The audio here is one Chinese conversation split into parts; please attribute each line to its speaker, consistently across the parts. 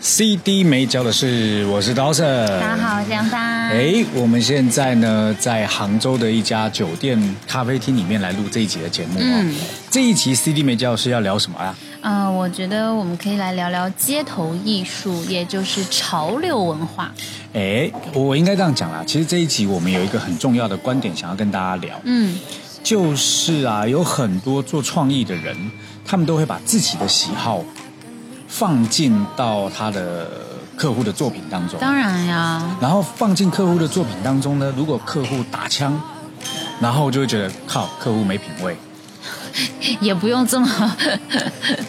Speaker 1: CD 没教的事，我是 Dawson。
Speaker 2: 大家好，我是杨
Speaker 1: 嗯
Speaker 2: 帆。
Speaker 1: 哎，我们现在呢在杭州的一家酒店咖啡厅里面来录这一集的节目哦。
Speaker 2: 嗯
Speaker 1: 这一集 CD 没教是要聊什么啊？
Speaker 2: 嗯、我觉得我们可以来聊聊街头艺术，也就是潮流文化。
Speaker 1: 哎，我应该这样讲啦。其实这一集我们有一个很重要的观点想要跟大家聊，
Speaker 2: 嗯
Speaker 1: 就是啊，有很多做创意的人，他们都会把自己的喜好放进到他的客户的作品当中。
Speaker 2: 当然呀，
Speaker 1: 然后放进客户的作品当中呢，如果客户打枪，然后就会觉得靠，客户没品味。
Speaker 2: 也不用这么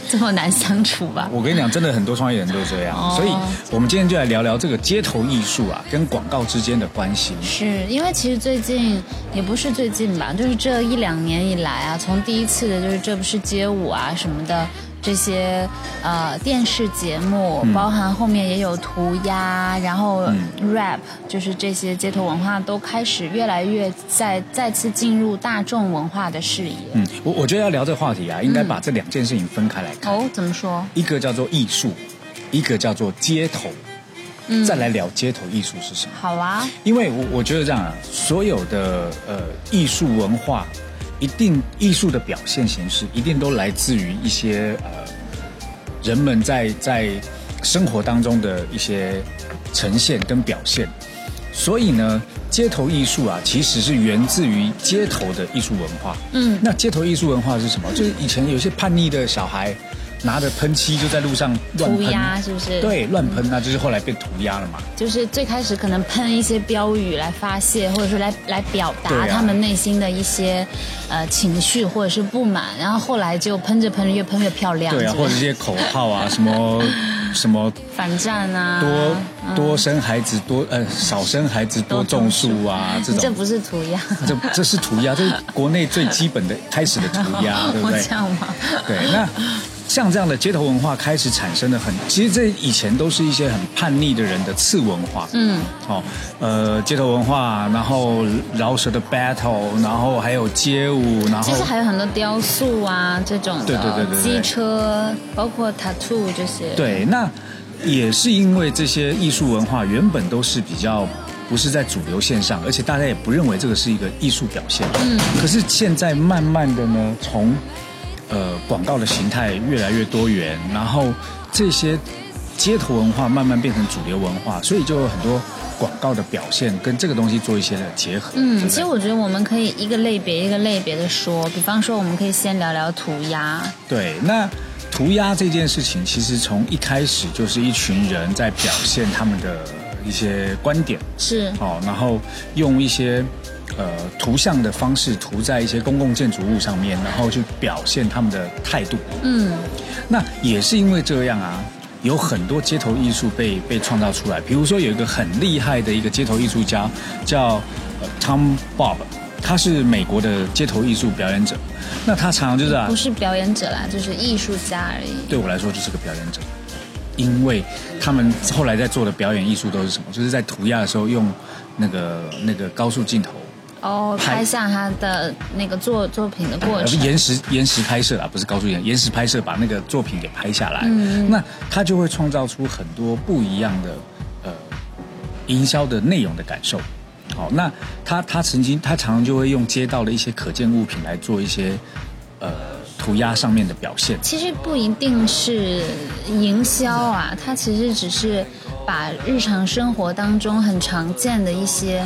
Speaker 2: 这么难相处吧。
Speaker 1: 我跟你讲，真的很多创业人都这样，
Speaker 2: 哦
Speaker 1: 所以我们今天就来聊聊这个街头艺术啊，跟广告之间的关系。
Speaker 2: 是因为其实最近也不是最近吧，就是这一两年以来啊，从第一次的就是这不是街舞啊什么的这些呃电视节目，包含后面也有涂鸦，然后 rap，、就是这些街头文化都开始越来越再再次进入大众文化的视野。
Speaker 1: 嗯，我我觉得要聊这个话题啊，应该把这两件事情分开来看，
Speaker 2: 哦，怎么说？
Speaker 1: 一个叫做艺术，一个叫做街头。再来聊街头艺术是什么？
Speaker 2: 好啊，
Speaker 1: 因为我我觉得这样啊，所有的呃艺术文化，一定艺术的表现形式，一定都来自于一些呃人们在在生活当中的一些呈现跟表现。所以呢，街头艺术啊，其实是源自于街头的艺术文化。
Speaker 2: 嗯，
Speaker 1: 那街头艺术文化是什么？就是以前有些叛逆的小孩拿着喷漆就在路上乱
Speaker 2: 涂
Speaker 1: 喷，
Speaker 2: 鸦是不是？，
Speaker 1: 对，乱喷啊，就是后来被涂鸦了嘛。
Speaker 2: 就是最开始可能喷一些标语来发泄，或者说来来表
Speaker 1: 对啊
Speaker 2: 达他们内心的一些、呃情绪或者是不满，然后后来就喷着喷着越喷越漂亮，
Speaker 1: 对啊，
Speaker 2: 是
Speaker 1: 或
Speaker 2: 不
Speaker 1: 者
Speaker 2: 是
Speaker 1: 一些口号啊，什 么什么
Speaker 2: 反战啊，
Speaker 1: 多多生孩子多呃少生孩子多种树啊，这
Speaker 2: 嗯你这
Speaker 1: 种
Speaker 2: 不是涂鸦，
Speaker 1: 这这是涂鸦，这是国内最基本的开始的涂 鸦，对不
Speaker 2: 我
Speaker 1: 对？
Speaker 2: 这样吗？
Speaker 1: 对，那像这样的街头文化开始产生的很，其实这以前都是一些很叛逆的人的次文化，
Speaker 2: 嗯，
Speaker 1: 哦，呃，街头文化，然后饶舌的 battle，然后还有街舞，然后
Speaker 2: 其实还有很多雕塑啊这种的，
Speaker 1: 对对对对对
Speaker 2: 机车，包括 tattoo 这些，
Speaker 1: 对，那也是因为这些艺术文化原本都是比较不是在主流线上，而且大家也不认为这个是一个艺术表现。嗯。可是现在慢慢的呢，从呃广告的形态越来越多元，然后这些街头文化慢慢变成主流文化，所以就有很多广告的表现跟这个东西做一些的结合。对
Speaker 2: 嗯，
Speaker 1: 不
Speaker 2: 其实
Speaker 1: 对
Speaker 2: 我觉得我们可以一个类别一个类别的说，比方说我们可以先聊聊涂鸦，
Speaker 1: 对，那涂鸦这件事情，其实从一开始就是一群人在表现他们的一些观点。
Speaker 2: 是，
Speaker 1: 哦，然后用一些呃图像的方式涂在一些公共建筑物上面，然后去表现他们的态度。
Speaker 2: 嗯，
Speaker 1: 那也是因为这样啊，有很多街头艺术被被创造出来。比如说有一个很厉害的一个街头艺术家叫、呃 Tom Bob，他是美国的街头艺术表演者。那他常常就是啊
Speaker 2: 不，是表演者啦，就是艺术家而已。
Speaker 1: 对我来说就是个表演者，因为他们后来在做的表演艺术都是什么？就是在涂鸦的时候用那个那个高速镜头。
Speaker 2: 哦，
Speaker 1: 拍
Speaker 2: 拍下他的那个作作品的过
Speaker 1: 呃，
Speaker 2: 程。
Speaker 1: 延时延时拍摄啊，不是高速延延时拍摄，把那个作品给拍下来，
Speaker 2: 嗯
Speaker 1: 那它就会创造出很多不一样的呃营销的内容的感受。好，那他他曾经他常常就会用街道的一些可见物品来做一些呃涂鸦上面的表现。
Speaker 2: 其实不一定是营销啊，它其实只是把日常生活当中很常见的一些。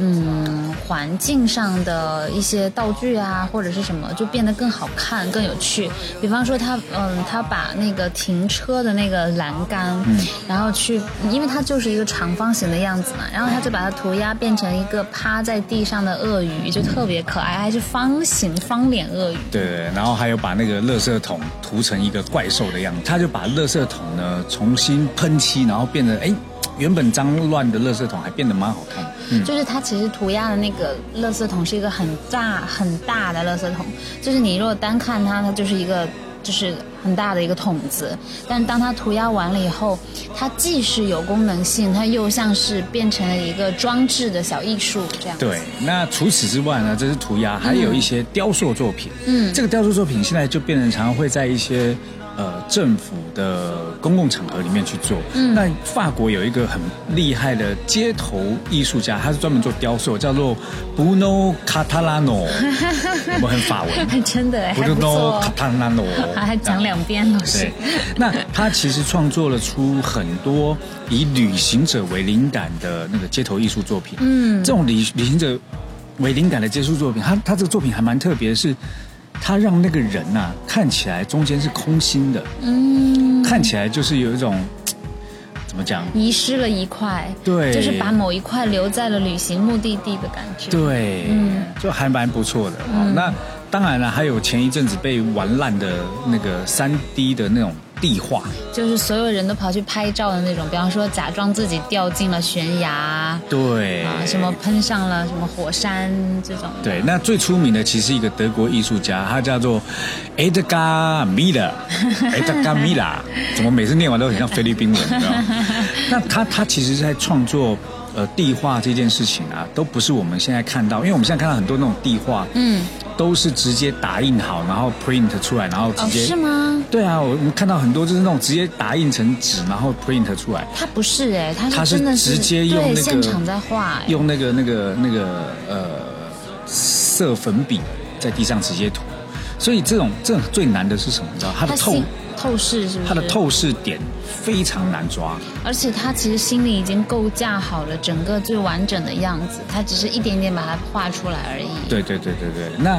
Speaker 2: 嗯，环境上的一些道具啊，或者是什么，就变得更好看、更有趣。比方说他，嗯，他把那个停车的那个栏杆，然后去，因为它就是一个长方形的样子嘛，然后他就把它涂鸦变成一个趴在地上的鳄鱼，就特别可爱，还是方形方脸鳄鱼。
Speaker 1: 对对对，然后还有把那个垃圾桶涂成一个怪兽的样子，他就把垃圾桶呢重新喷漆，然后变得哎原本脏乱的垃圾桶还变得蛮好看的。嗯，
Speaker 2: 就是它其实涂鸦的那个垃圾桶是一个很大很大的垃圾桶，就是你如果单看它，它就是一个就是很大的一个桶子。但当它涂鸦完了以后，它既是有功能性，它又像是变成了一个装置的小艺术这样。
Speaker 1: 对，，那除此之外呢，这是涂
Speaker 2: 嗯
Speaker 1: 鸦，还有一些雕塑作品。嗯，这个雕塑作品现在就变成常常会在一些呃政府的公共场合里面去做。嗯，那法国有一个很厉害的街头艺术家，他是专门做雕塑，叫做 Bruno Catalano，我们很法文。
Speaker 2: 真的哎，还不
Speaker 1: Bruno
Speaker 2: 错。
Speaker 1: Catalano，
Speaker 2: 还讲两遍老师
Speaker 1: 对。，那他其实创作了出很多以旅行者为灵感的那个街头艺术作品。嗯，这种旅旅行者为灵感的街头作品，他他这个作品还蛮特别的是，他让那个人呐、看起来中间是空心的，
Speaker 2: 嗯，
Speaker 1: 看起来就是有一种怎么讲？
Speaker 2: 遗失了一块，
Speaker 1: 对
Speaker 2: 就是把某一块留在了旅行目的地的感觉。
Speaker 1: 对，
Speaker 2: 嗯
Speaker 1: 就还蛮不错的。哦那当然了，还有前一阵子被玩烂的那个三 D 的那种地画。
Speaker 2: 就是所有人都跑去拍照的那种，比方说假装自己掉进了悬崖啊，
Speaker 1: 对
Speaker 2: 什么喷上了什么火山这种。
Speaker 1: 对，那最出名的其实一个德国艺术家，他叫做 Edgar Miller，Edgar Miller，怎么每次念完都很像菲律宾文？你知道 吗那他他其实在创作呃地画这件事情啊，都不是我们现在看到，因为我们现在看到很多那种地画，
Speaker 2: 嗯，
Speaker 1: 都是直接打印好，然后 print 出来，然后直
Speaker 2: 哦，
Speaker 1: 接。
Speaker 2: 是吗？
Speaker 1: 对啊，我们看到很多就是那种直接打印成纸，然后 print 出来，
Speaker 2: 他不是哎、
Speaker 1: 他
Speaker 2: 他
Speaker 1: 是
Speaker 2: 是真的
Speaker 1: 直接用那个
Speaker 2: 对现场在画、哎
Speaker 1: 用那个那个那个呃色粉笔在地上直接涂，所以这种这种最难的是什么？你知道它的
Speaker 2: 他
Speaker 1: 透
Speaker 2: 心透视是不是？
Speaker 1: 它的，透视点非常难抓，
Speaker 2: 而且他其实心里已经构架好了整个最完整的样子，他只是一点点把它画出来而已。
Speaker 1: 对对对对对，那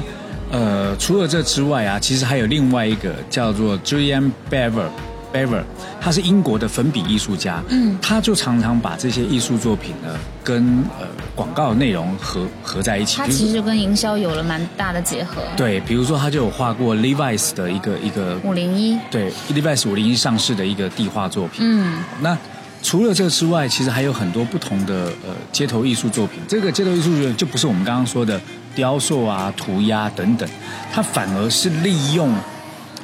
Speaker 1: 呃，除了这之外啊，其实还有另外一个叫做 Julian Bever。Bever，他是英国的粉笔艺术家，嗯，他就常常把这些艺术作品呢跟呃广告内容合合在一起。
Speaker 2: 他
Speaker 1: 比如
Speaker 2: 其实就跟营销有了蛮大的结合。
Speaker 1: 对，比如说他就有画过 Levi's 的一个一个
Speaker 2: 五零一，
Speaker 1: 对 Levi's 五零一上市的一个地画作品。
Speaker 2: 嗯，
Speaker 1: 那除了这之外，其实还有很多不同的呃街头艺术作品。这个街头艺术作品就不是我们刚刚说的雕塑啊、涂鸦等等，它反而是利用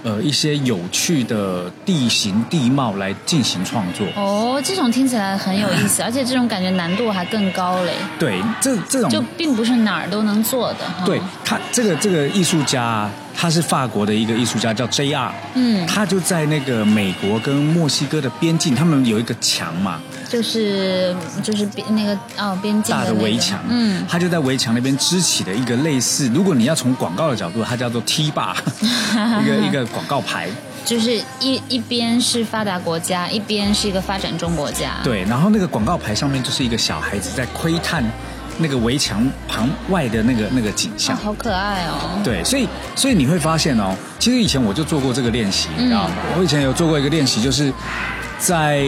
Speaker 1: 呃一些有趣的地形地貌来进行创作。
Speaker 2: 哦，这种听起来很有 意思，而且这种感觉难度还更高嘞，
Speaker 1: 对，这这种
Speaker 2: 就并不是哪儿都能做的哈。
Speaker 1: 对他这个这个艺术家啊，他是法国的一个艺术家，叫 J.R.，
Speaker 2: 嗯
Speaker 1: 他就在那个美国跟墨西哥的边境，他们有一个墙嘛，
Speaker 2: 就是就是边那个哦边境
Speaker 1: 大
Speaker 2: 的、那
Speaker 1: 的
Speaker 2: 个、
Speaker 1: 围墙，
Speaker 2: 嗯，
Speaker 1: 他就在围墙那边支起的一个类似，如果你要从广告的角度，它叫做 T 吧，一个一个广告牌，
Speaker 2: 就是一一边是发达国家，一边是一个发展中国家。，
Speaker 1: 对，然后那个广告牌上面就是一个小孩子在窥探那个围墙旁外的那个那个景象
Speaker 2: 啊，。好可爱哦。
Speaker 1: 对，所以所以你会发现哦，其实以前我就做过这个练习，你知道吗？我以前有做过一个练习，就是在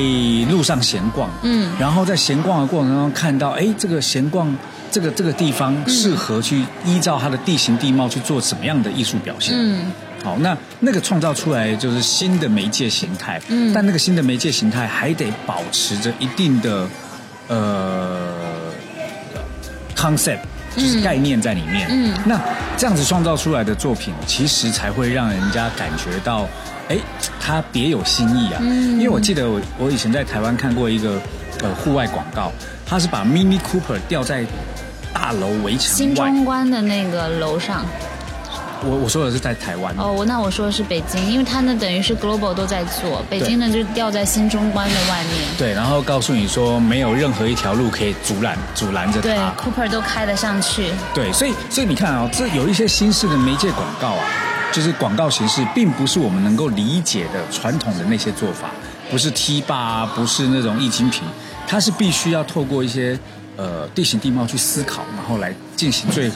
Speaker 1: 路上闲逛，嗯，然后在闲逛的过程中看到，哎，这个闲逛这个这个地方适合去依照它的地形地貌去做什么样的艺术表现，
Speaker 2: 嗯，
Speaker 1: 好，那那个创造出来就是新的媒介形态，嗯，但那个新的媒介形态还得保持着一定的呃 concept，就是概念在里面，嗯，那这样子创造出来的作品，其实才会让人家感觉到，哎，它别有新意啊，嗯，因为我记得我我以前在台湾看过一个呃户外广告，它是把 Mini Cooper 吊在大楼围墙
Speaker 2: 新
Speaker 1: 外，
Speaker 2: 中关的那个楼上，
Speaker 1: 我我说的是在台湾，
Speaker 2: 哦，我那我说的是北京，因为它那等于是 global 都在做，北京呢就吊在新中关的外面。
Speaker 1: 对，然后告诉你说没有任何一条路可以阻拦阻拦着
Speaker 2: 对
Speaker 1: 它。
Speaker 2: ，Cooper 都开得上去，
Speaker 1: 对，所以所以你看啊、这有一些新式的媒介广告啊，就是广告形式，并不是我们能够理解的传统的那些做法，不是 T 吧、啊，不是那种易精品，它是必须要透过一些呃地形地貌去思考，然后来进行最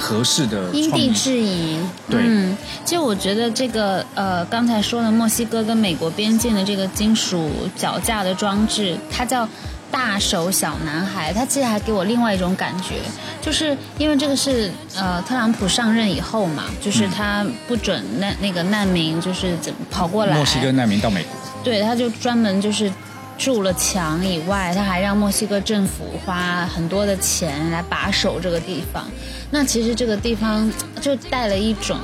Speaker 1: 合适的
Speaker 2: 因
Speaker 1: 创
Speaker 2: 地
Speaker 1: 意。
Speaker 2: 制宜。
Speaker 1: 对
Speaker 2: 嗯，其实我觉得这个呃，刚才说的墨西哥跟美国边境的这个金属脚架的装置，它叫大手小男孩，它其实还给我另外一种感觉，就是因为这个是呃特朗普上任以后嘛，
Speaker 1: 嗯
Speaker 2: 就是他不准难那个难民就是怎么跑过来，
Speaker 1: 墨西哥难民到美国，
Speaker 2: 对，他就专门就是筑了墙以外，他还让墨西哥政府花很多的钱来把守这个地方。那其实这个地方就带了一种，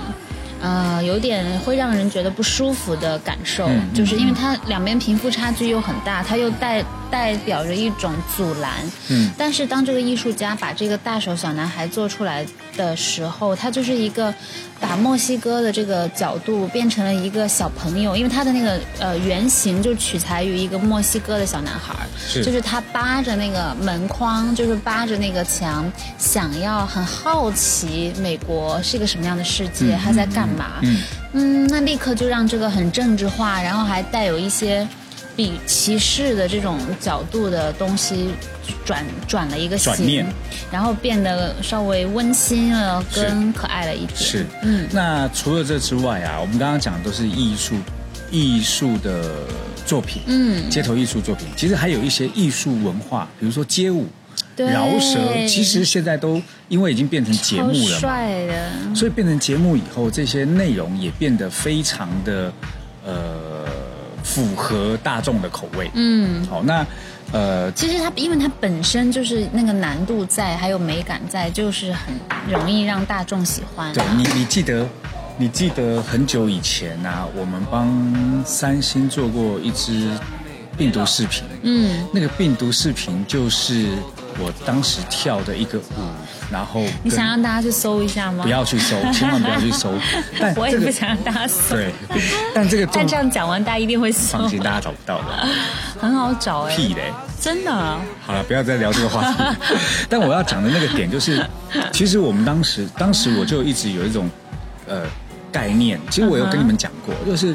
Speaker 2: 呃，有点会让人觉得不舒服的感受，
Speaker 1: 嗯
Speaker 2: 就是因为它两边贫富差距又很大，它又代代表着一种阻拦。
Speaker 1: 嗯
Speaker 2: 但是当这个艺术家把这个大手小男孩做出来的时候，他就是一个把墨西哥的这个角度变成了一个小朋友，因为他的那个呃原型就取材于一个墨西哥的小男孩，
Speaker 1: 是
Speaker 2: 就是他扒着那个门框，就是扒着那个墙，想要很好奇美国是一个什么样的世界，他在干嘛？
Speaker 1: 嗯
Speaker 2: 嗯，那立刻就让这个很政治化，然后还带有一些比歧视的这种角度的东西转转了一个
Speaker 1: 转
Speaker 2: 型
Speaker 1: 念
Speaker 2: 然后变得稍微温馨了，
Speaker 1: 是
Speaker 2: 跟可爱了一点。
Speaker 1: 是，
Speaker 2: 嗯，
Speaker 1: 那除了这之外啊，我们刚刚讲的都是艺术，艺术的作品，
Speaker 2: 嗯，
Speaker 1: 街头艺术作品，其实还有一些艺术文化，比如说街舞、
Speaker 2: 对
Speaker 1: 饶舌，其实现在都因为已经变成节目
Speaker 2: 超
Speaker 1: 了嘛，
Speaker 2: 帅的，
Speaker 1: 所以变成节目以后，这些内容也变得非常的呃符合大众的口味。
Speaker 2: 嗯。
Speaker 1: 好，那呃
Speaker 2: 其实它，因为它本身就是那个难度在，还有美感在，就是很容易让大众喜欢。
Speaker 1: 对你，你记得，你记得很久以前啊，我们帮三星做过一支病毒视频，
Speaker 2: 嗯，
Speaker 1: 那个病毒视频就是我当时跳的一个舞，然后
Speaker 2: 你
Speaker 1: 跟
Speaker 2: 想让大家去搜一下吗？，
Speaker 1: 不要去搜，千万不要去搜 但
Speaker 2: 我也
Speaker 1: 这
Speaker 2: 不
Speaker 1: 个
Speaker 2: 想让大家搜。
Speaker 1: 对， 但这个
Speaker 2: 但
Speaker 1: 重
Speaker 2: 这样讲完，大家一定会
Speaker 1: 放
Speaker 2: 搜，
Speaker 1: 心，大家找不到的，
Speaker 2: 很好找哎、
Speaker 1: 屁嘞！
Speaker 2: 真的，
Speaker 1: 好了，不要再聊这个话题。但我要讲的那个点就是，其实我们当时，当时我就一直有一种呃概念，其实我有跟你们讲过，就是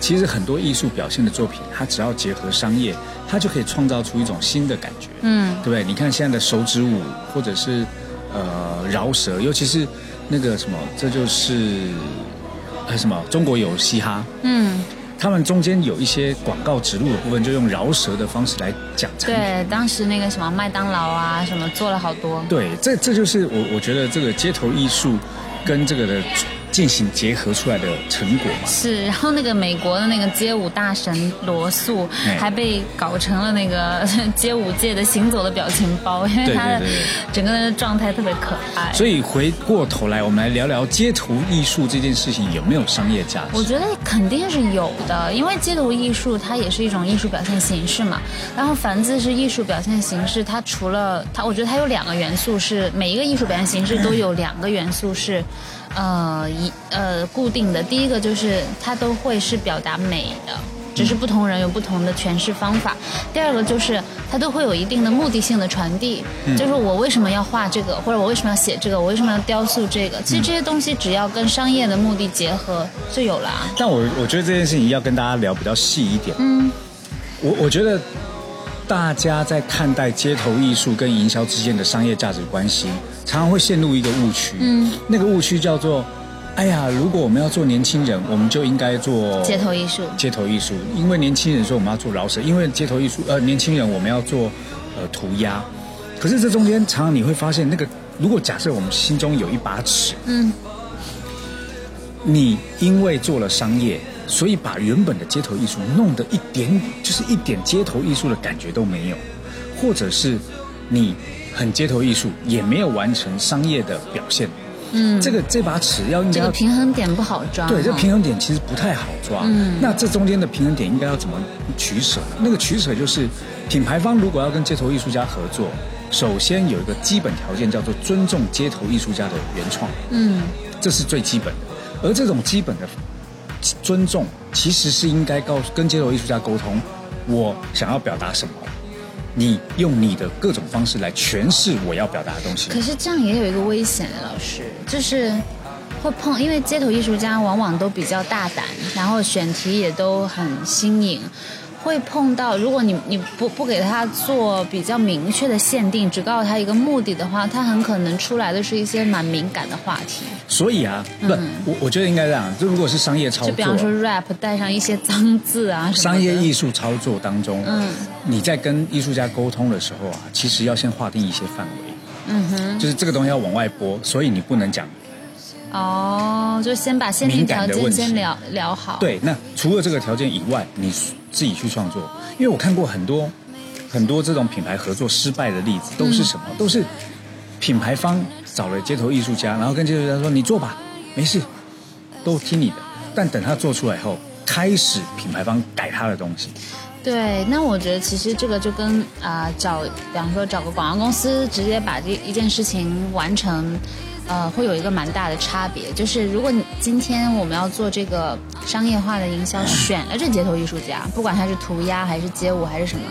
Speaker 1: 其实很多艺术表现的作品，它只要结合商业，它就可以创造出一种新的感觉，
Speaker 2: 嗯
Speaker 1: 对不对？你看现在的手指舞，或者是呃饶舌，尤其是那个什么，这就是呃什么中国有嘻哈。
Speaker 2: 嗯，
Speaker 1: 他们中间有一些广告植入的部分，就用饶舌的方式来讲产品。
Speaker 2: 对，当时那个什么麦当劳啊，什么做了好多，
Speaker 1: 对，这这就是我我觉得这个街头艺术跟这个的进行结合出来的成果嘛。
Speaker 2: 是，然后那个美国的那个街舞大神罗素
Speaker 1: 哎
Speaker 2: 还被搞成了那个 街舞界的行走的表情包，因为
Speaker 1: 对
Speaker 2: 他的
Speaker 1: 对对
Speaker 2: 整个人的状态特别可爱。
Speaker 1: 所以回过头来，我们来聊聊街头艺术这件事情有没有商业价
Speaker 2: 我
Speaker 1: 值？
Speaker 2: 觉得肯定是有的，因为街头艺术它也是一种艺术表现形式嘛。然后繁字是艺术表现形式，它除了它，我觉得它有两个元素是每一个艺术表现形式都有两个元素是，呃一呃固定的。第一个就是它都会是表达美的。只是不同人有不同的诠释方法。第二个就是它都会有一定的目的性的传递，
Speaker 1: 嗯
Speaker 2: 就是我为什么要画这个，或者我为什么要写这个，我为什么要雕塑这个。
Speaker 1: 嗯
Speaker 2: 其实这些东西只要跟商业的目的结合就有了啊。
Speaker 1: 但我我觉得这件事情要跟大家聊比较细一点。
Speaker 2: 嗯，
Speaker 1: 我我觉得大家在看待街头艺术跟营销之间的商业价值关系，常常会陷入一个误区。
Speaker 2: 嗯，
Speaker 1: 那个误区叫做：哎呀，如果我们要做年轻人，我们就应该做
Speaker 2: 街头艺术，
Speaker 1: 街头艺术，因为年轻人说我们要做饶舌，因为街头艺术，呃，年轻人我们要做呃涂鸦。可是这中间常常你会发现，那个如果假设我们心中有一把尺，
Speaker 2: 嗯，
Speaker 1: 你因为做了商业，所以把原本的街头艺术弄得一点就是一点街头艺术的感觉都没有，或者是你很街头艺术，也没有完成商业的表现。嗯，这个这把尺要应该
Speaker 2: 这
Speaker 1: 要
Speaker 2: 个平衡点不好抓。
Speaker 1: 对，这
Speaker 2: 哈
Speaker 1: 平衡点其实不太好抓。
Speaker 2: 嗯
Speaker 1: 那这中间的平衡点应该要怎么取舍呢？那个取舍就是，品牌方如果要跟街头艺术家合作，首先有一个基本条件叫做尊重街头艺术家的原创，
Speaker 2: 嗯，
Speaker 1: 这是最基本的。而这种基本的尊重，其实是应该告诉跟街头艺术家沟通，我想要表达什么。你用你的各种方式来诠释我要表达的东西，
Speaker 2: 可是这样也有一个危险，老师，就是会碰，因为街头艺术家往往都比较大胆，然后选题也都很新颖。会碰到，如果你你不不给他做比较明确的限定，只告诉他一个目的的话，他很可能出来的是一些蛮敏感的话题，
Speaker 1: 所以啊，不，我我觉得应该这样。就如果是商业操
Speaker 2: 嗯就
Speaker 1: 作，啊
Speaker 2: 比方说 rap 带上一些脏字啊什么的。
Speaker 1: 商业艺术操作当中，
Speaker 2: 嗯
Speaker 1: 你在跟艺术家沟通的时候啊，其实要先划定一些范围，
Speaker 2: 嗯哼，
Speaker 1: 就是这个东西要往外播，所以你不能讲
Speaker 2: 哦，就先把限定
Speaker 1: 敏感
Speaker 2: 条
Speaker 1: 的
Speaker 2: 件
Speaker 1: 问题
Speaker 2: 先聊聊好。，
Speaker 1: 对，那除了这个条件以外，你自己去创作，因为我看过很多很多这种品牌合作失败的例子，都是什么？
Speaker 2: 嗯
Speaker 1: 都是品牌方找了街头艺术家，然后跟街头艺术家说：“你做吧，没事，都听你的。”但等他做出来后，开始品牌方改他的东西，
Speaker 2: 对，那我觉得其实这个就跟啊、找，比方说找个广告公司，直接把这一件事情完成，呃，会有一个蛮大的差别。就是如果你今天我们要做这个商业化的营销，选了这街头艺术家， 不管他是涂鸦还是街舞还是什么。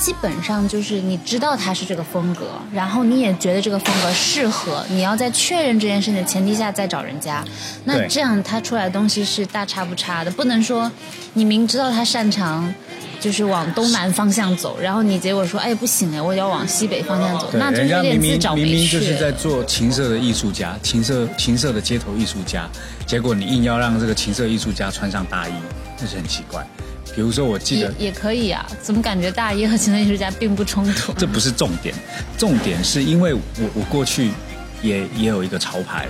Speaker 2: 基本上就是你知道他是这个风格，然后你也觉得这个风格适合，你要在确认这件事情的前提下再找人家，那
Speaker 1: 对
Speaker 2: 这样他出来的东西是大差不差的，不能说你明知道他擅长。就是往东南方向走，然后你结果说，哎，不行哎，我要往西北方向走，
Speaker 1: 对，
Speaker 2: 那就是
Speaker 1: 人
Speaker 2: 有
Speaker 1: 家
Speaker 2: 点
Speaker 1: 明
Speaker 2: 自
Speaker 1: 明
Speaker 2: 找
Speaker 1: 明
Speaker 2: 没
Speaker 1: 明
Speaker 2: 趣。
Speaker 1: 就是在做情色的艺术家，情色情色的街头艺术家，结果你硬要让这个情色艺术家穿上大衣，这是很奇怪。比如说，我记
Speaker 2: 也
Speaker 1: 得
Speaker 2: 也可以啊，怎么感觉大一和情的艺术家并不冲突？
Speaker 1: 这不是重点，重点是因为我我过去也也有一个潮牌，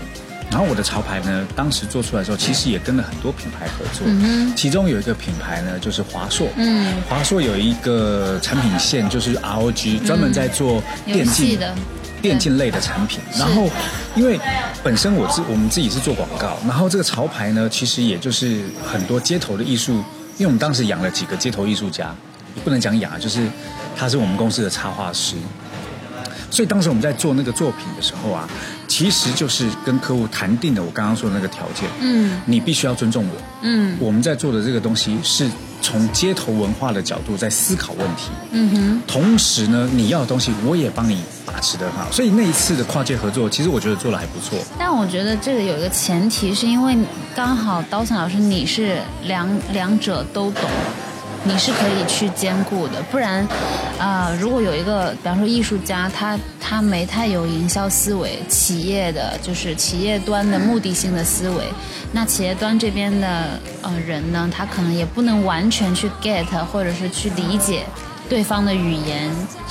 Speaker 1: 然后我的潮牌呢，当时做出来的时候，其实也跟了很多品牌合作，
Speaker 2: 嗯
Speaker 1: 其中有一个品牌呢就是华硕，嗯，华硕有一个产品线就是 ROG，专门在做电
Speaker 2: 嗯游戏
Speaker 1: 竞
Speaker 2: 的
Speaker 1: 电竞类的产品，然后因为本身我自我们自己是做广告，然后这个潮牌呢，其实也就是很多街头的艺术，因为我们当时养了几个街头艺术家，也不能讲养啊，就是他是我们公司的插画师，所以当时我们在做那个作品的时候啊，其实就是跟客户谈定的我刚刚说的那个条件，
Speaker 2: 嗯
Speaker 1: 你必须要尊重我，
Speaker 2: 嗯
Speaker 1: 我们在做的这个东西是从街头文化的角度在思考问题，
Speaker 2: 嗯哼，
Speaker 1: 同时呢，你要的东西我也帮你把持得很好，所以那一次的跨界合作，其实我觉得做的还不错。
Speaker 2: 但我觉得这个有一个前提，是因为刚好刀森老师你是两两者都懂，你是可以去兼顾的，不然，呃，如果有一个，比方说艺术家，他他没太有营销思维，企业的就是企业端的目的性的思维，那企业端这边的呃人呢，他可能也不能完全去 get 或者是去理解。对方的语言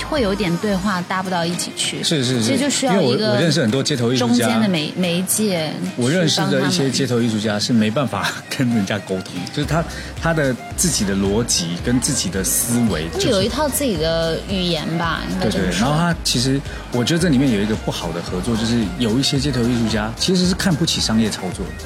Speaker 2: 会有点对话搭不到一起去，
Speaker 1: 是是
Speaker 2: 所
Speaker 1: 是，
Speaker 2: 以就需要
Speaker 1: 因为我
Speaker 2: 一个
Speaker 1: 我认识很多街头艺术
Speaker 2: 中间
Speaker 1: 家
Speaker 2: 的，媒媒介，
Speaker 1: 我认识
Speaker 2: 去帮
Speaker 1: 的一
Speaker 2: 他们
Speaker 1: 些街头艺术家是没办法跟人家沟通，就是他他的自己的逻辑跟自己的思维，就
Speaker 2: 就有
Speaker 1: 是
Speaker 2: 一套自己的语言吧，应该
Speaker 1: 对
Speaker 2: 这
Speaker 1: 对
Speaker 2: 么，
Speaker 1: 然后
Speaker 2: 说。
Speaker 1: 他其实，我觉得这里面有一个不好的合作，就是有一些街头艺术家其实是看不起商业操作的。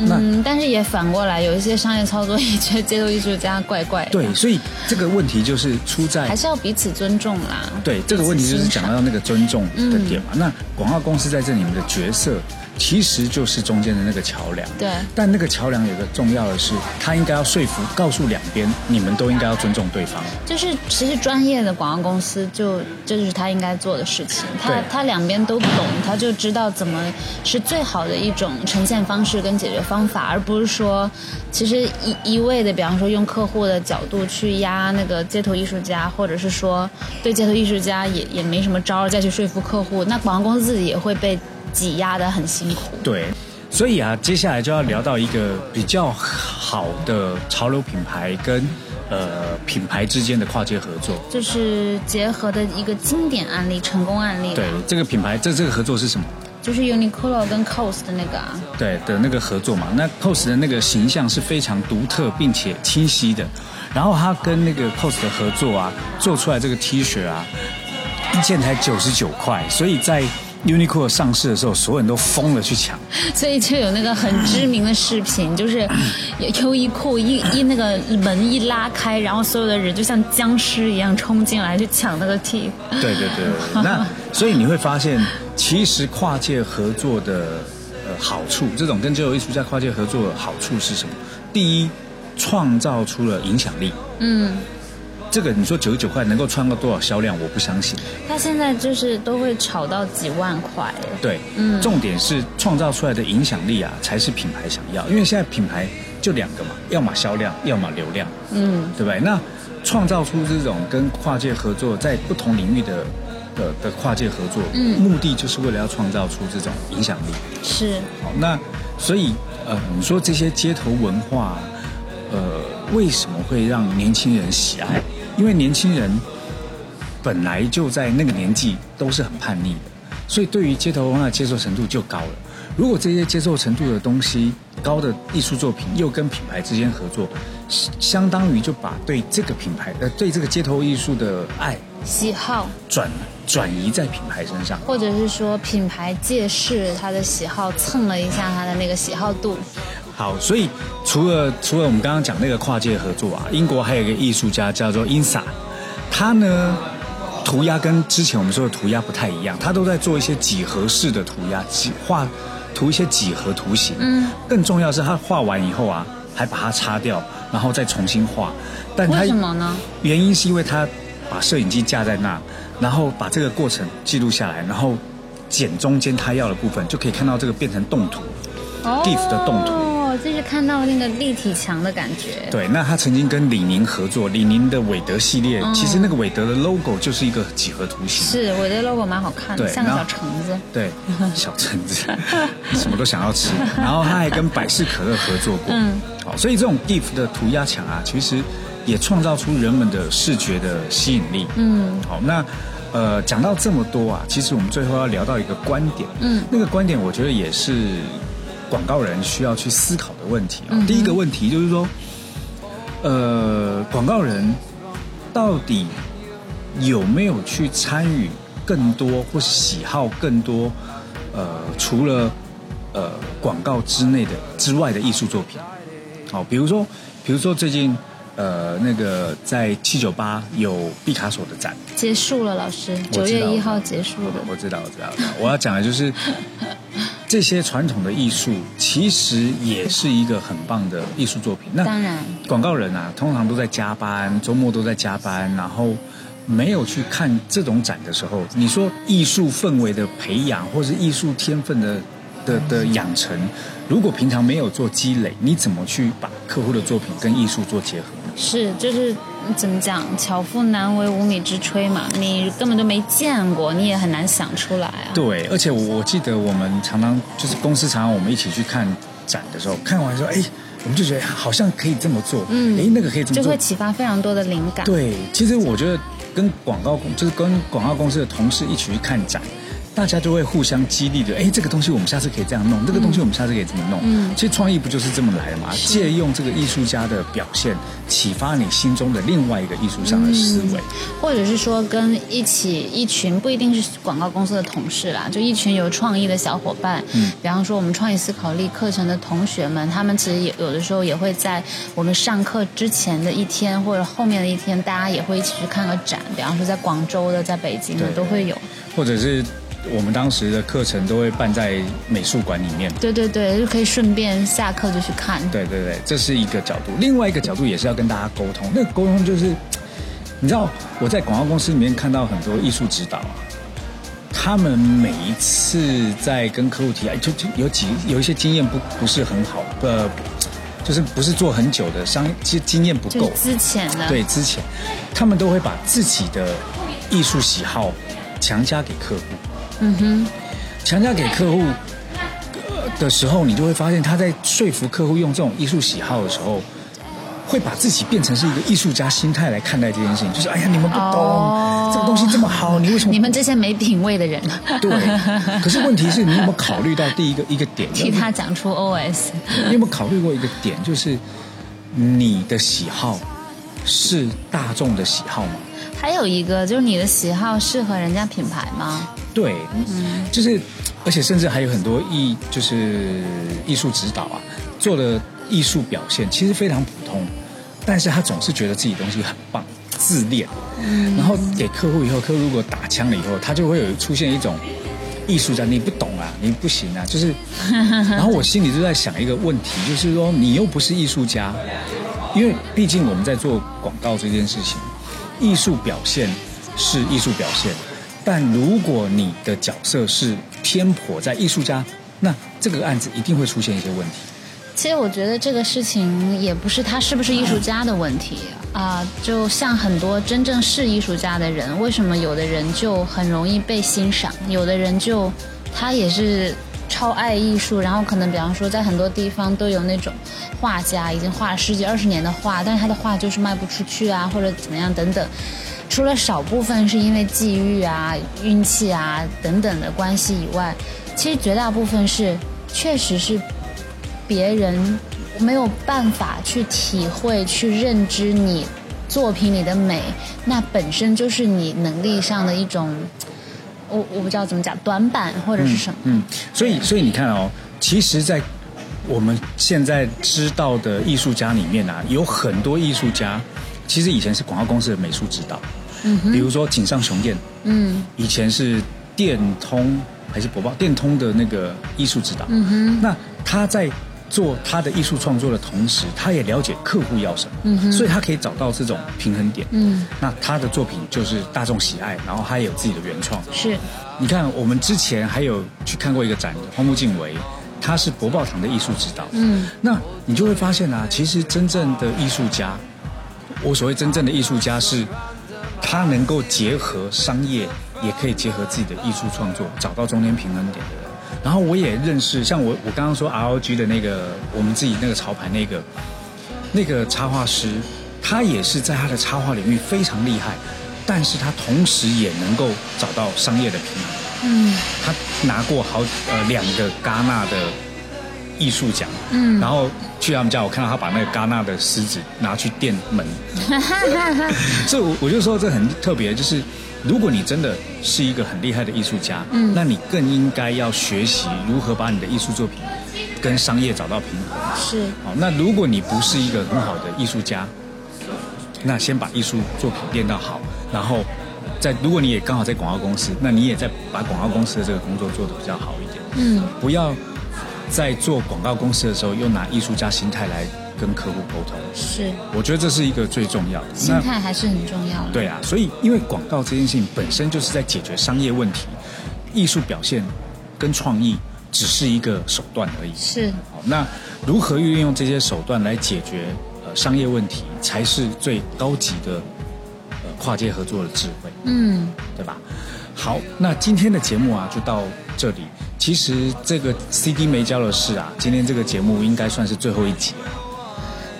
Speaker 1: 那
Speaker 2: 嗯，但是也反过来，有一些商业操作也觉得街头艺术家怪怪的，
Speaker 1: 对，所以这个问题就是出
Speaker 2: 还
Speaker 1: 在
Speaker 2: 是要彼此尊重啦。
Speaker 1: 对这个问题就是讲到那个尊重的点嘛。那广告公司在这里面的角色，其实就是中间的那个桥梁。
Speaker 2: 对
Speaker 1: 但那个桥梁有个重要的是，他应该要说服、告诉两边，你们都应该要尊重对方。
Speaker 2: 就是其实专业的广告公司就这就是他应该做的事情，他
Speaker 1: 对
Speaker 2: 他两边都懂，他就知道怎么是最好的一种呈现方式跟解决方法，而不是说其实一一味的，比方说用客户的角度去压那个街头艺术家，或者是说对街头艺术家也也没什么招儿再去说服客户，那广告公司自己也会被挤压的很辛苦。
Speaker 1: 对，所以啊，接下来就要聊到一个比较好的潮流品牌跟呃品牌之间的跨界合作。
Speaker 2: 就是结合的一个经典案例、成功案例吧
Speaker 1: 对，，这个品牌这这个合作是什么？
Speaker 2: 就是 Uniqlo 跟 COS 的那个啊。
Speaker 1: 对的那个合作嘛，那 COS 的那个形象是非常独特并且清晰的，然后他跟那个 COS 的合作啊，做出来这个 T 恤啊，一件才九十九块，啊所以在 Uniqlo 上市的时候，所有人都疯了去抢。
Speaker 2: 所以就有那个很知名的视频，就是优衣库一一那个门一拉开，然后所有的人就像僵尸一样冲进来去抢那个 T。
Speaker 1: 对对对，对那所以你会发现，其实跨界合作的呃好处，这种跟街头艺术家跨界合作的好处是什么？第一，创造出了影响力。
Speaker 2: 嗯，
Speaker 1: 这个你说九十九块能够创造多少销量，我不相信。
Speaker 2: 他现在就是都会炒到几万块。
Speaker 1: 对，嗯，重点是创造出来的影响力啊，才是品牌想要。因为现在品牌就两个嘛，要么销量，要么流量，
Speaker 2: 嗯，
Speaker 1: 对不对？那创造出这种跟跨界合作，在不同领域的的的跨界合作，
Speaker 2: 嗯
Speaker 1: 目的就是为了要创造出这种影响力。
Speaker 2: 是。
Speaker 1: 好，那所以呃，你说这些街头文化，呃，为什么会让年轻人喜爱？因为年轻人本来就在那个年纪都是很叛逆的，所以对于街头文化的接受程度就高了。如果这些接受程度的东西高的艺术作品又跟品牌之间合作，相相当于就把对这个品牌呃对这个街头艺术的爱
Speaker 2: 喜好，
Speaker 1: 转转移在品牌身上。
Speaker 2: 或者是说品牌借势他的喜好蹭了一下他的那个喜好度，
Speaker 1: 好，所以除了除了我们刚刚讲那个跨界合作啊，英国还有一个艺术家叫做 Insa，他呢涂鸦跟之前我们说的涂鸦不太一样，他都在做一些几何式的涂鸦，几画涂一些几何图形。嗯，更重要是他画完以后啊，还把它擦掉，然后再重新画。但他
Speaker 2: 为什么呢？
Speaker 1: 原因是因为他把摄影机架在那，然后把这个过程记录下来，然后剪中间他要的部分，就可以看到这个变成动图。
Speaker 2: 哦
Speaker 1: GIF 的动图
Speaker 2: 哦，就是看到那个立体墙的感觉。
Speaker 1: 对，那他曾经跟李宁合作，李宁的韦德系列，其实那个韦德的 logo 就是一个几何图形。
Speaker 2: 是，我觉得 logo 蛮好看的，
Speaker 1: 对
Speaker 2: 像个
Speaker 1: 然
Speaker 2: 小
Speaker 1: 后
Speaker 2: 橙子。
Speaker 1: 对，小橙子，什么都想要吃。然后他还跟百事可乐合作过。嗯，好，所以这种 GIF 的涂鸦墙啊，其实也创造出人们的视觉的吸引力。嗯，好，那呃，讲到这么多啊，其实我们最后要聊到一个观点。嗯，那个观点我觉得也是广告人需要去思考的问题啊、第一个问题就是说，呃，广告人到底有没有去参与更多或喜好更多？呃，除了呃广告之内的之外的艺术作品，好、比如说，比如说最近呃那个在七九八有毕卡索的展，
Speaker 2: 结束了，老师，
Speaker 1: 我
Speaker 2: 九
Speaker 1: 知
Speaker 2: 月
Speaker 1: 道
Speaker 2: 一号结束的。
Speaker 1: 我知道，我知道， 我知道。我要讲的就是这些传统的艺术，其实也是一个很棒的艺术作品。那
Speaker 2: 当然
Speaker 1: 广告人啊，通常都在加班，周末都在加班，然后没有去看这种展的时候，你说艺术氛围的培养，或是艺术天分的的
Speaker 2: 嗯
Speaker 1: 的养成，如果平常没有做积累，你怎么去把客户的作品跟艺术做结合呢？
Speaker 2: 是，就是嗯怎么讲，巧妇难为无米之炊嘛，你根本都没见过，你也很难想出来啊。
Speaker 1: 对，而且我我记得我们常常就是公司常常我们一起去看展的时候，看完说，哎，我们就觉得好像可以这么做，嗯，哎，那个可以这么
Speaker 2: 就
Speaker 1: 做
Speaker 2: 会，启发非常多的灵感。
Speaker 1: 对，其实我觉得跟广告公就是跟广告公司的同事一起去看展，大家就会互相激励的。哎，这个东西我们下次可以这样弄，这个东西我们下次可以这么弄。嗯，其实创意不就是这么来的嘛？借用这个艺术家的表现，启发你心中的另外一个艺术上的思维。
Speaker 2: 嗯或者是说跟一起一群不一定是广告公司的同事啦，就一群有创意的小伙伴，嗯，比方说我们创意思考力课程的同学们，他们其实也有的时候也会在我们上课之前的一天或者后面的一天，大家也会一起去看个展，比方说在广州的、在北京的
Speaker 1: 对
Speaker 2: 都会有。
Speaker 1: 或者是我们当时的课程都会办在美术馆里面。
Speaker 2: 对对对，就可以顺便下课就去看。
Speaker 1: 对对对，这是一个角度。另外一个角度也是要跟大家沟通，那个沟通就是，你知道我在广告公司里面看到很多艺术指导啊，他们每一次在跟客户提，哎，就就有几有一些经验不不是很好，呃，就是不是做很久的商，经经验不
Speaker 2: 就
Speaker 1: 够
Speaker 2: 是，之前的，
Speaker 1: 对，之前他们都会把自己的艺术喜好强加给客户。嗯哼，强加给客户呃的时候，你就会发现他在说服客户用这种艺术喜好的时候。会把自己变成是一个艺术家心态来看待这件事情，就是哎呀，你们不懂，
Speaker 2: 哦
Speaker 1: 这个东西这么好，你为什么
Speaker 2: 你 们这些没品位的人，
Speaker 1: 对？可是问题是你有没有考虑到第一个一个点？
Speaker 2: 替他讲出 OS。
Speaker 1: 你有没有考虑过一个点，就是你的喜好是大众的喜好吗？
Speaker 2: 还有一个就是你的喜好适合人家品牌吗？
Speaker 1: 对，就是，而且甚至还有很多艺，就是艺术指导啊，做的艺术表现其实非常普通，但是他总是觉得自己东西很棒，自恋，然后给客户以后，客户如果打枪了以后，他就会有出现一种艺术家你不懂啊，你不行啊，就是， 然后我心里就在想一个问题，就是说你又不是艺术家，因为毕竟我们在做广告这件事情，艺术表现是艺术表现，但如果你的角色是偏颇在艺术家，那这个案子一定会出现一些问题。
Speaker 2: 其实我觉得这个事情也不是他是不是艺术家的问题啊、就像很多真正是艺术家的人，为什么有的人就很容易被欣赏，有的人就他也是超爱艺术，然后可能比方说在很多地方都有那种画家已经画了十几二十年的画，但是他的画就是卖不出去啊，或者怎么样等等。除了少部分是因为际遇啊、运气啊等等的关系以外，其实绝大部分是确实是别人没有办法去体会、去认知你作品里的美，那本身就是你能力上的一种，我我不知道怎么讲，短板或者是什么。
Speaker 1: 嗯，所以所以你看哦，其实，在我们现在知道的艺术家里面啊，有很多艺术家其实以前是广告公司的美术指导，
Speaker 2: 嗯
Speaker 1: 比如说井上雄彦，
Speaker 2: 嗯
Speaker 1: 以前是电通还是博报电通的那个艺术指导。
Speaker 2: 嗯哼，
Speaker 1: 那他在做他的艺术创作的同时，他也了解客户要什么，
Speaker 2: 嗯哼
Speaker 1: 所以他可以找到这种平衡点。
Speaker 2: 嗯
Speaker 1: 那他的作品就是大众喜爱，然后他也有自己的原创。
Speaker 2: 是，
Speaker 1: 你看，我们之前还有去看过一个展，荒木经惟，他是博报堂的艺术指导。
Speaker 2: 嗯
Speaker 1: 那你就会发现啊，其实真正的艺术家，我所谓真正的艺术家是，他能够结合商业，也可以结合自己的艺术创作，找到中间平衡点的人。然后我也认识，像我我刚刚说 R O G 的那个，我们自己那个潮牌那个那个插画师，他也是在他的插画领域非常厉害，但是他同时也能够找到商业的平衡。
Speaker 2: 嗯
Speaker 1: 他拿过好呃两个戛纳的艺术奖，
Speaker 2: 嗯
Speaker 1: 然后去他们家，我看到他把那个戛纳的狮子拿去垫 门，所以我我就说这很特别，就是如果你真的是一个很厉害的艺术家，
Speaker 2: 嗯
Speaker 1: 那你更应该要学习如何把你的艺术作品跟商业找到平衡。
Speaker 2: 是，
Speaker 1: 好，那如果你不是一个很好的艺术家，那先把艺术作品练到好，然后在如果你也刚好在广告公司，那你也在把广告公司的这个工作做得比较好一点，
Speaker 2: 嗯
Speaker 1: 不要在做广告公司的时候又拿艺术家心态来跟客户沟通。
Speaker 2: 是，
Speaker 1: 我觉得这是一个最重要的。
Speaker 2: 心
Speaker 1: 那
Speaker 2: 态还是很重要的。
Speaker 1: 对啊，所以因为广告这件事情本身就是在解决商业问题，艺术表现跟创意只是一个手段而已。
Speaker 2: 是，
Speaker 1: 好，那如何运用这些手段来解决呃商业问题，才是最高级的呃跨界合作的智慧，
Speaker 2: 嗯
Speaker 1: 对吧？好，那今天的节目啊就到这里。其实这个 CD 没交的事啊，今天这个节目应该算是最后一集了，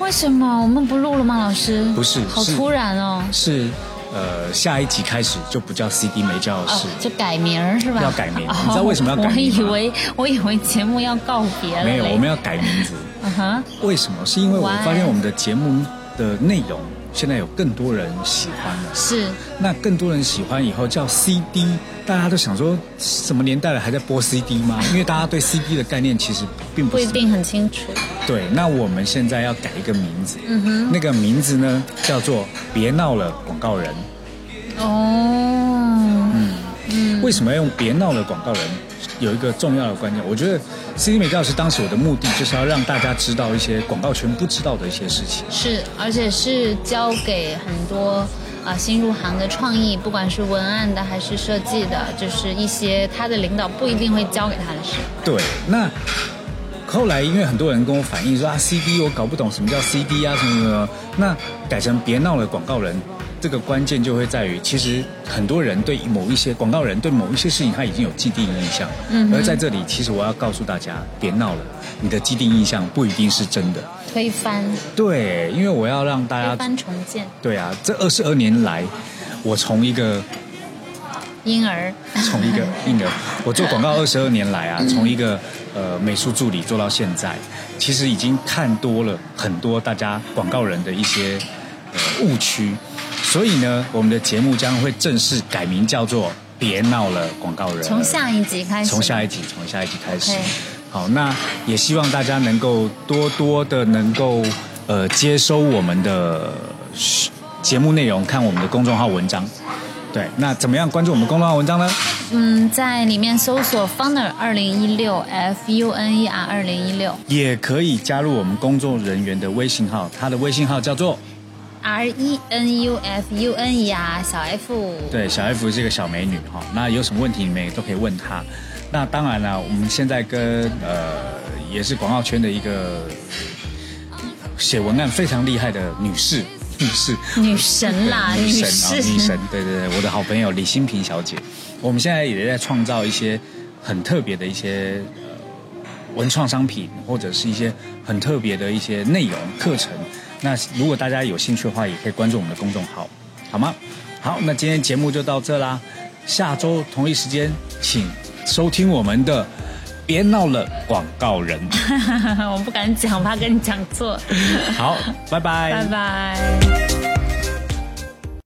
Speaker 2: 为什么我们不录了吗，老师？
Speaker 1: 不是
Speaker 2: 好
Speaker 1: 是
Speaker 2: 突然哦。
Speaker 1: 是呃下一集开始就不叫 CD 没交的
Speaker 2: 哦
Speaker 1: 事。，
Speaker 2: 就改名儿是吧？
Speaker 1: 要改名
Speaker 2: 哦
Speaker 1: 你知道为什么要改名吗
Speaker 2: 我以为我以为节目要告别了嘞。
Speaker 1: 没有，我们要改名字。
Speaker 2: 嗯哼，
Speaker 1: 为什么？是因为我发现我们的节目的内容现在有更多人喜欢了。
Speaker 2: 是
Speaker 1: 那更多人喜欢以后叫 CD，大家都想说什么年代了还在播 CD 吗？因为大家对 CD 的概念其实并不
Speaker 2: 不
Speaker 1: 是
Speaker 2: 一定很清楚。
Speaker 1: 对。那我们现在要改一个名字，
Speaker 2: 嗯哼，
Speaker 1: 那个名字呢叫做“别闹了广告人
Speaker 2: 哦，”。
Speaker 1: 为什么要用“别闹了广告人”？有一个重要的观念，我觉得 CD 美教师当时我的目的就是要让大家知道一些广告圈不知道的一些事情。
Speaker 2: 是，而且是交给很多啊、新入行的创意，不管是文案的还是设计的，就是一些他的领导不一定会交给他的事。
Speaker 1: 对，那后来因为很多人跟我反映说啊，CD 我搞不懂什么叫 CD 啊，什么什么什么，那改成别闹了广告人，这个关键就会在于，其实很多人对某一些广告人对某一些事情他已经有既定印象，
Speaker 2: 嗯哼
Speaker 1: 而在这里，其实我要告诉大家，别闹了，你的既定印象不一定是真的，
Speaker 2: 推翻，
Speaker 1: 对，因为我要让大
Speaker 2: 推
Speaker 1: 家，
Speaker 2: 翻重建，
Speaker 1: 对啊，这二十二年来，我从一个
Speaker 2: 婴儿。
Speaker 1: 从 一个婴儿，我做广告二十二年来
Speaker 2: 嗯
Speaker 1: 啊，从一个呃美术助理做到现在，其实已经看多了很多大家广告人的一些呃误区，所以呢，我们的节目将会正式改名叫做《别闹了广告人》，
Speaker 2: 从下一集开始，
Speaker 1: 从下一集，从下一集开始
Speaker 2: OK。
Speaker 1: 好，那也希望大家能够多多的能够呃接收我们的嘘节目内容，看我们的公众号文章。对，那怎么样关注我们公众号文章呢？
Speaker 2: 嗯，在里面搜索 Funer 二零一六 F U N E R 二零一六
Speaker 1: 也可以加入我们工作人员的微信号，他的微信号叫做
Speaker 2: R E N U F U N E R 小 F。
Speaker 1: 对小 F 是一个小美女哈，那有什么问题你们也都可以问她。那当然了，我们现在跟呃也是广告圈的一个写文案非常厉害的女士。女士，
Speaker 2: 女神啦
Speaker 1: 对女
Speaker 2: 女
Speaker 1: 神
Speaker 2: 士
Speaker 1: 啊，女 神，对对对，我的好朋友李新平小姐，我们现在也在创造一些很特别的一些呃文创商品，或者是一些很特别的一些内容课程。那如果大家有兴趣的话，也可以关注我们的公众号，好吗？好，那今天节目就到这啦，下周同一时间请收听我们的《别闹了，广告人。
Speaker 2: 我不敢讲，怕跟你讲错。
Speaker 1: 好，拜拜。
Speaker 2: 拜拜。